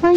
欢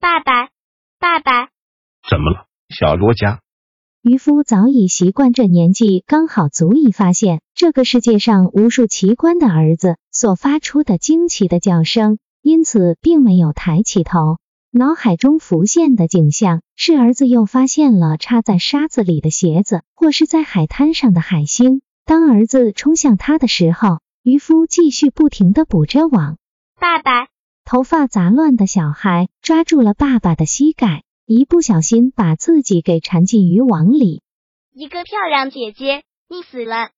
爸爸，爸爸，怎么了，小罗家？渔夫早已习惯这年纪，刚好足以发现这个世界上无数奇观的儿子所发出的惊奇的叫声，因此并没有抬起头。脑海中浮现的景象是儿子又发现了插在沙子里的鞋子，或是在海滩上的海星。当儿子冲向他的时候，渔夫继续不停的捕着网。爸爸，头发杂乱的小孩抓住了爸爸的膝盖，一不小心把自己给缠进渔网里。一个漂亮姐姐，你死了！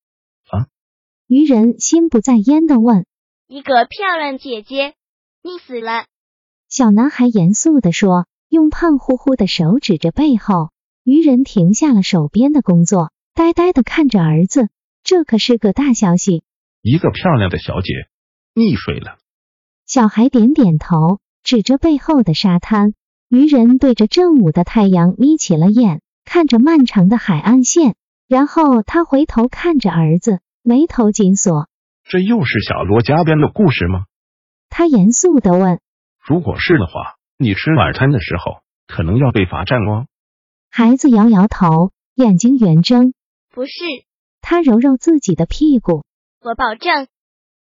渔人心不在焉的问。一个漂亮姐姐，你死了！小男孩严肃地说，用胖乎乎的手指着背后。渔人停下了手边的工作，呆呆的看着儿子。这可是个大消息。一个漂亮的小姐溺水了。小孩点点头，指着背后的沙滩。渔人对着正午的太阳眯起了眼，看着漫长的海岸线，然后他回头看着儿子，眉头紧锁。这又是小罗家编的故事吗？他严肃地问。如果是的话，你吃晚餐的时候可能要被罚站哦。孩子摇摇头，眼睛圆睁。不是，他揉揉自己的屁股，我保证，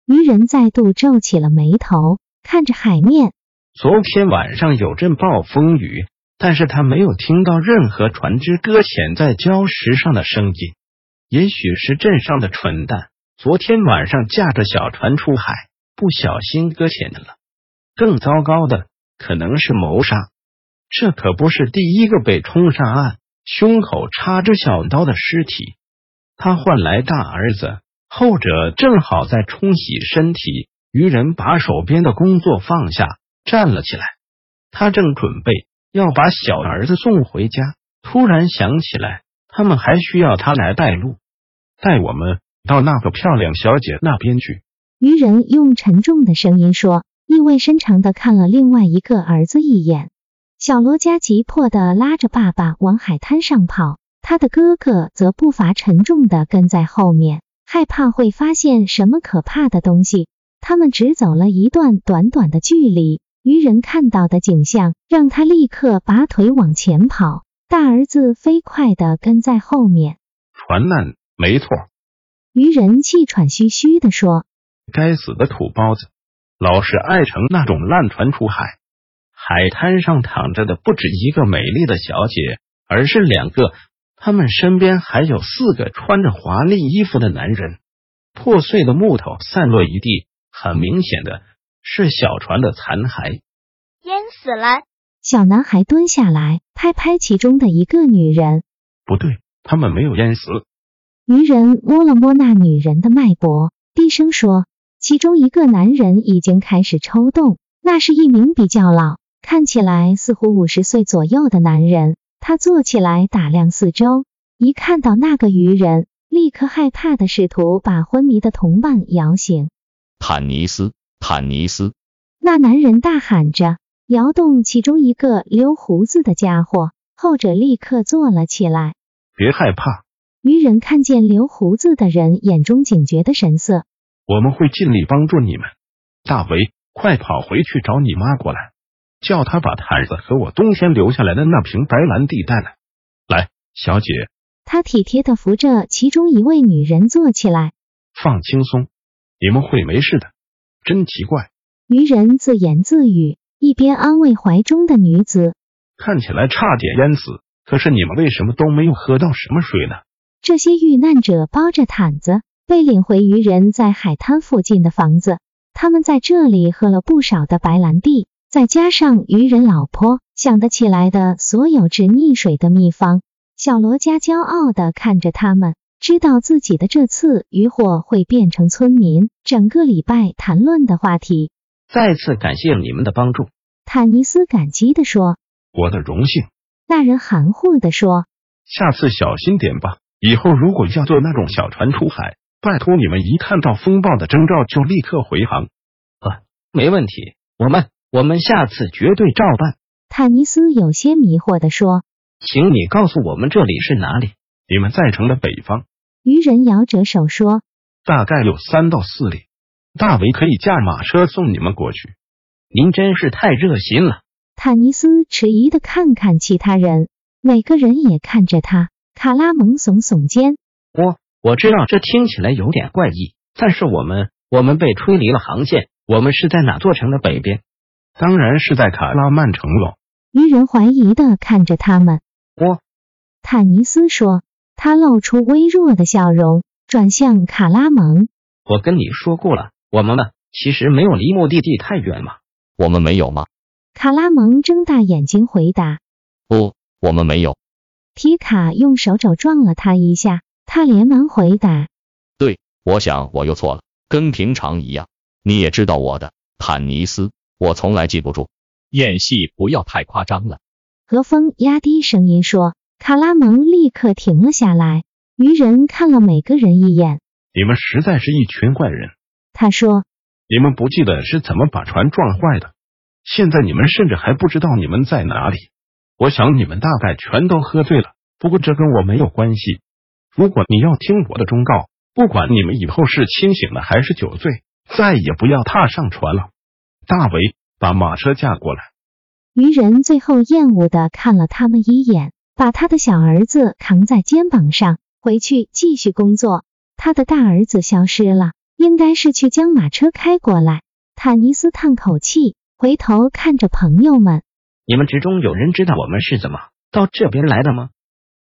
渔人再度皱起了眉头，看着海面。昨天晚上有阵暴风雨，但是他没有听到任何船只搁浅在礁石上的声音。也许是镇上的蠢蛋昨天晚上驾着小船出海，不小心搁浅了。更糟糕的可能是谋杀，这可不是第一个被冲上岸、胸口插着小刀的尸体。他换来大儿子，后者正好在冲洗身体。渔人把手边的工作放下，站了起来，他正准备要把小儿子送回家，突然想起来，他们还需要他来带路，带我们到那个漂亮小姐那边去。渔人用沉重的声音说，意味深长的看了另外一个儿子一眼。小罗加急迫的拉着爸爸往海滩上跑，他的哥哥则步伐沉重的跟在后面，害怕会发现什么可怕的东西。他们只走了一段短短的距离，渔人看到的景象让他立刻拔腿往前跑，大儿子飞快的跟在后面。船难，没错，渔人气喘吁吁地说该死的土包子，老是爱乘那种烂船出海。海滩上躺着的不止一个美丽的小姐，而是两个。他们身边还有四个穿着华丽衣服的男人。破碎的木头散落一地，很明显的是小船的残骸。淹死了！：“小男孩蹲下来，拍拍其中的一个女人。不对，他们没有淹死。”渔人摸了摸那女人的脉搏，低声说：“其中一个男人已经开始抽动，那是一名比较老，看起来似乎五十岁左右的男人。他坐起来打量四周，一看到那个渔人，立刻害怕的试图把昏迷的同伴摇醒。坦尼斯，坦尼斯，那男人大喊着，摇动其中一个留胡子的家伙，后者立刻坐了起来。别害怕，渔人看见留胡子的人眼中警觉的神色，我们会尽力帮助你们。大为，快跑回去找你妈过来，叫她把毯子和我冬天留下来的那瓶白兰地带来。来，小姐，他体贴的扶着其中一位女人坐起来。放轻松，你们会没事的。真奇怪，渔人自言自语，一边安慰怀中的女子。看起来差点淹死，可是你们为什么都没有喝到什么水呢？这些遇难者包着毯子被领回渔人在海滩附近的房子，他们在这里喝了不少的白兰地，再加上渔人老婆想得起来的所有治溺水的秘方。小罗家骄傲的看着他们。知道自己的这次渔获会变成村民整个礼拜谈论的话题。再次感谢你们的帮助。坦尼斯感激地说。我的荣幸，那人含糊地说。下次小心点吧。以后如果要坐那种小船出海，拜托你们一看到风暴的征兆就立刻回航。啊，没问题，我们我们下次绝对照办。坦尼斯有些迷惑地说。请你告诉我们这里是哪里？你们在城的北方，渔人摇着手说。大概有三到四里。大为可以驾马车送你们过去。您真是太热心了。坦尼斯迟疑的看看其他人，每个人也看着他。卡拉蒙耸耸肩，我我知道这听起来有点怪异，但是我们我们被吹离了航线，我们是在哪座城的北边？当然是在卡拉曼城了。渔人怀疑的看着他们。我坦尼斯说，他露出微弱的笑容，转向卡拉蒙。我跟你说过了，我们呢其实没有离目的地太远嘛。我们没有吗？卡拉蒙睁大眼睛回答。不，我们没有。皮卡用手肘撞了他一下，他连忙回答：“对，我想我又错了，跟平常一样。你也知道我的，坦尼斯，我从来记不住。演戏不要太夸张了。”何风压低声音说。卡拉蒙立刻停了下来。渔人看了每个人一眼，你们实在是一群怪人。他说你们不记得是怎么把船撞坏的？现在你们甚至还不知道你们在哪里。我想你们大概全都喝醉了，不过这跟我没有关系。如果你要听我的忠告，不管你们以后是清醒的还是酒醉，再也不要踏上船了。大为，把马车驾过来。渔人最后厌恶的看了他们一眼，把他的小儿子扛在肩膀上，回去继续工作。他的大儿子消失了，应该是去将马车开过来。坦尼斯叹口气，回头看着朋友们。你们之中有人知道我们是怎么到这边来的吗？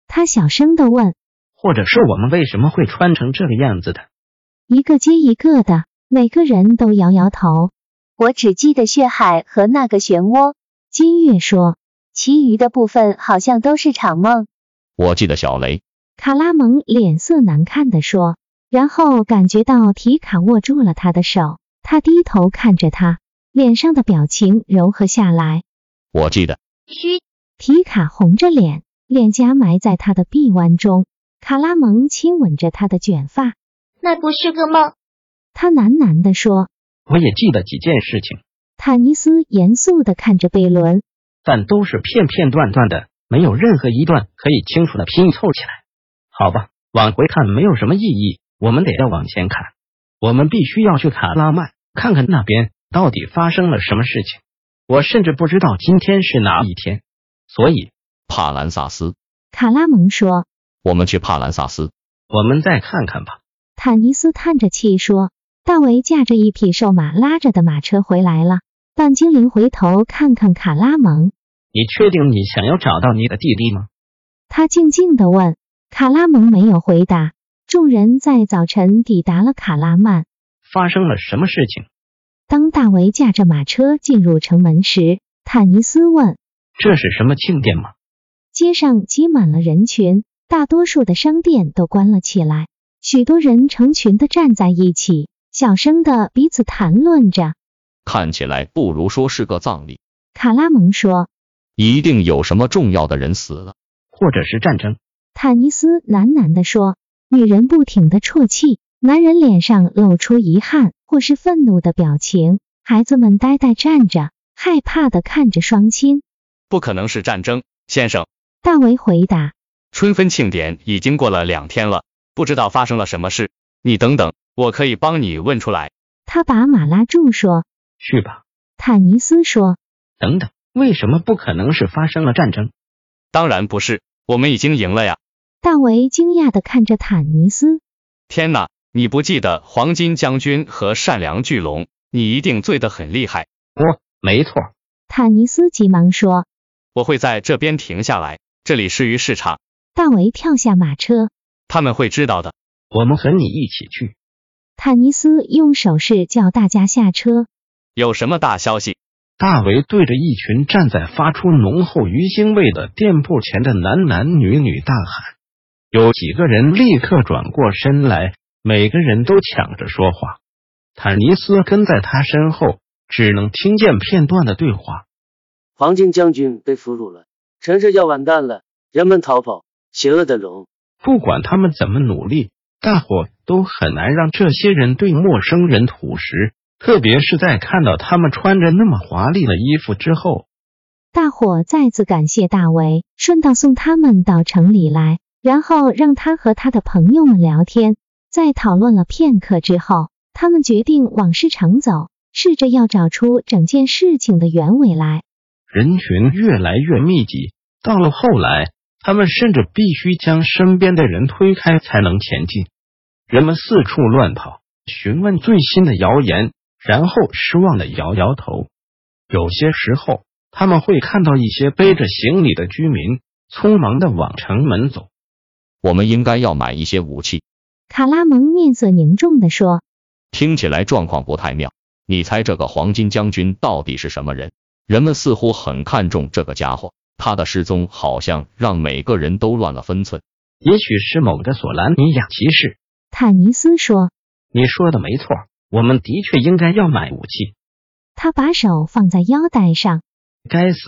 他小声的问。或者是我们为什么会穿成这个样子的？一个接一个的，每个人都摇摇头。我只记得血海和那个漩涡，金月说。其余的部分好像都是场梦。我记得小雷。卡拉蒙脸色难看的说，然后感觉到提卡握住了他的手，他低头看着他，脸上的表情柔和下来。我记得，嘘，提卡红着脸，脸颊埋在他的臂弯中。卡拉蒙亲吻着他的卷发，那不是个梦。他喃喃地说。我也记得几件事情，坦尼斯严肃地看着贝伦，但都是片片段段的，没有任何一段可以清楚的拼凑起来。好吧，往回看没有什么意义，我们得要往前看。我们必须要去卡拉曼，看看那边到底发生了什么事情。我甚至不知道今天是哪一天，所以帕兰萨斯。卡拉蒙说。我们去帕兰萨斯。我们再看看吧。坦尼斯叹着气说。大维驾着一匹瘦马拉着的马车回来了。半精灵回头看看卡拉蒙。你确定你想要找到你的弟弟吗？他静静的问。卡拉蒙没有回答。众人在早晨抵达了卡拉曼。发生了什么事情？当大维驾着马车进入城门时，坦尼斯问：“这是什么庆典吗？”街上挤满了人群，大多数的商店都关了起来，许多人成群的站在一起，小声的彼此谈论着。看起来不如说是个葬礼。卡拉蒙说：“一定有什么重要的人死了，或者是战争。”坦尼斯喃喃地说。女人不停的啜泣，男人脸上露出遗憾或是愤怒的表情，孩子们呆呆站着，害怕的看着双亲。不可能是战争，先生。大为回答。春分庆典已经过了两天了，不知道发生了什么事。你等等，我可以帮你问出来。他把马拉住说。去吧，坦尼斯说。等等，为什么不可能是发生了战争？当然不是，我们已经赢了呀。大为惊讶的看着坦尼斯。天哪，你不记得黄金将军和善良巨龙？你一定醉得很厉害。我没错，坦尼斯急忙说。我会在这边停下来，这里是鱼市场。大为跳下马车。他们会知道的。我们和你一起去。坦尼斯用手势叫大家下车。有什么大消息？大为对着一群站在发出浓厚鱼腥味的店铺前的男男女女大喊。有几个人立刻转过身来，每个人都抢着说话。坦尼斯跟在他身后，只能听见片段的对话。黄巾将军被俘虏了，城市要完蛋了，人们逃跑，邪恶的龙。不管他们怎么努力，大伙都很难让这些人对陌生人吐实，特别是在看到他们穿着那么华丽的衣服之后。大伙再次感谢大为，顺道送他们到城里来，然后让他和他的朋友们聊天。在讨论了片刻之后，他们决定往市场走，试着要找出整件事情的原委来。人群越来越密集，到了后来，他们甚至必须将身边的人推开才能前进。人们四处乱跑，询问最新的谣言，然后失望的摇摇头。有些时候，他们会看到一些背着行李的居民匆忙的往城门走。我们应该要买一些武器。卡拉蒙面色凝重地说听起来状况不太妙。你猜这个黄金将军到底是什么人？人们似乎很看重这个家伙，他的失踪好像让每个人都乱了分寸。也许是某个索兰尼亚骑士。：“坦尼斯说。”你说的没错，我们的确应该要买武器。他把手放在腰带上。该死，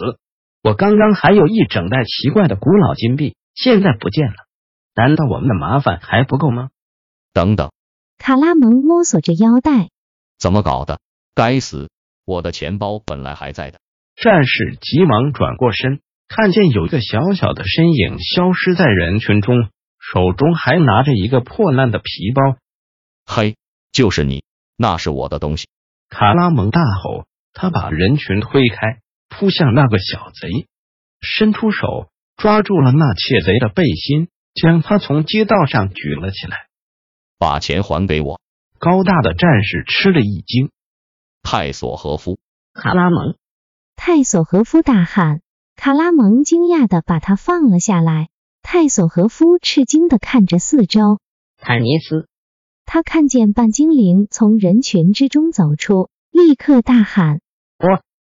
我刚刚还有一整袋奇怪的古老金币，现在不见了。难道我们的麻烦还不够吗？等等，卡拉蒙摸索着腰带，怎么搞的？该死，我的钱包本来还在的。战士急忙转过身，看见有一个小小的身影消失在人群中，手中还拿着一个破烂的皮包。嘿，就是你，那是我的东西。卡拉蒙大吼，他把人群推开，扑向那个小贼，伸出手抓住了那窃贼的背心，将他从街道上举了起来。把钱还给我，高大的战士吃了一惊，泰索和夫。卡拉蒙，泰索和夫大喊。卡拉蒙惊讶的把他放了下来。泰索和夫吃惊的看着四周，坦尼斯，他看见半精灵从人群之中走出，立刻大喊。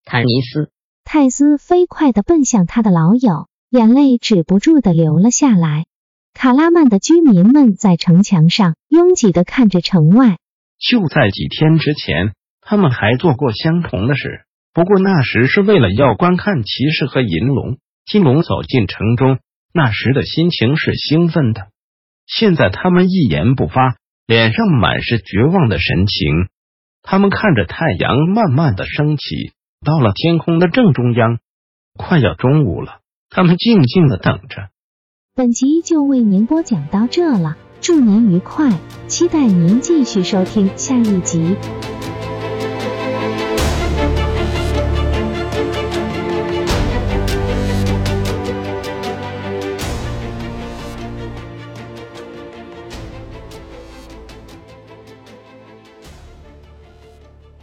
坦尼斯，泰斯飞快的奔向他的老友，眼泪止不住的流了下来。卡拉曼的居民们在城墙上拥挤的看着城外。就在几天之前，他们还做过相同的事，不过那时是为了要观看骑士和银龙。金龙走进城中，那时的心情是兴奋的。现在他们一言不发，脸上满是绝望的神情。他们看着太阳慢慢的升起，到了天空的正中央，快要中午了。他们静静的等着。本集就为您播讲到这了，祝您愉快，期待您继续收听下一集。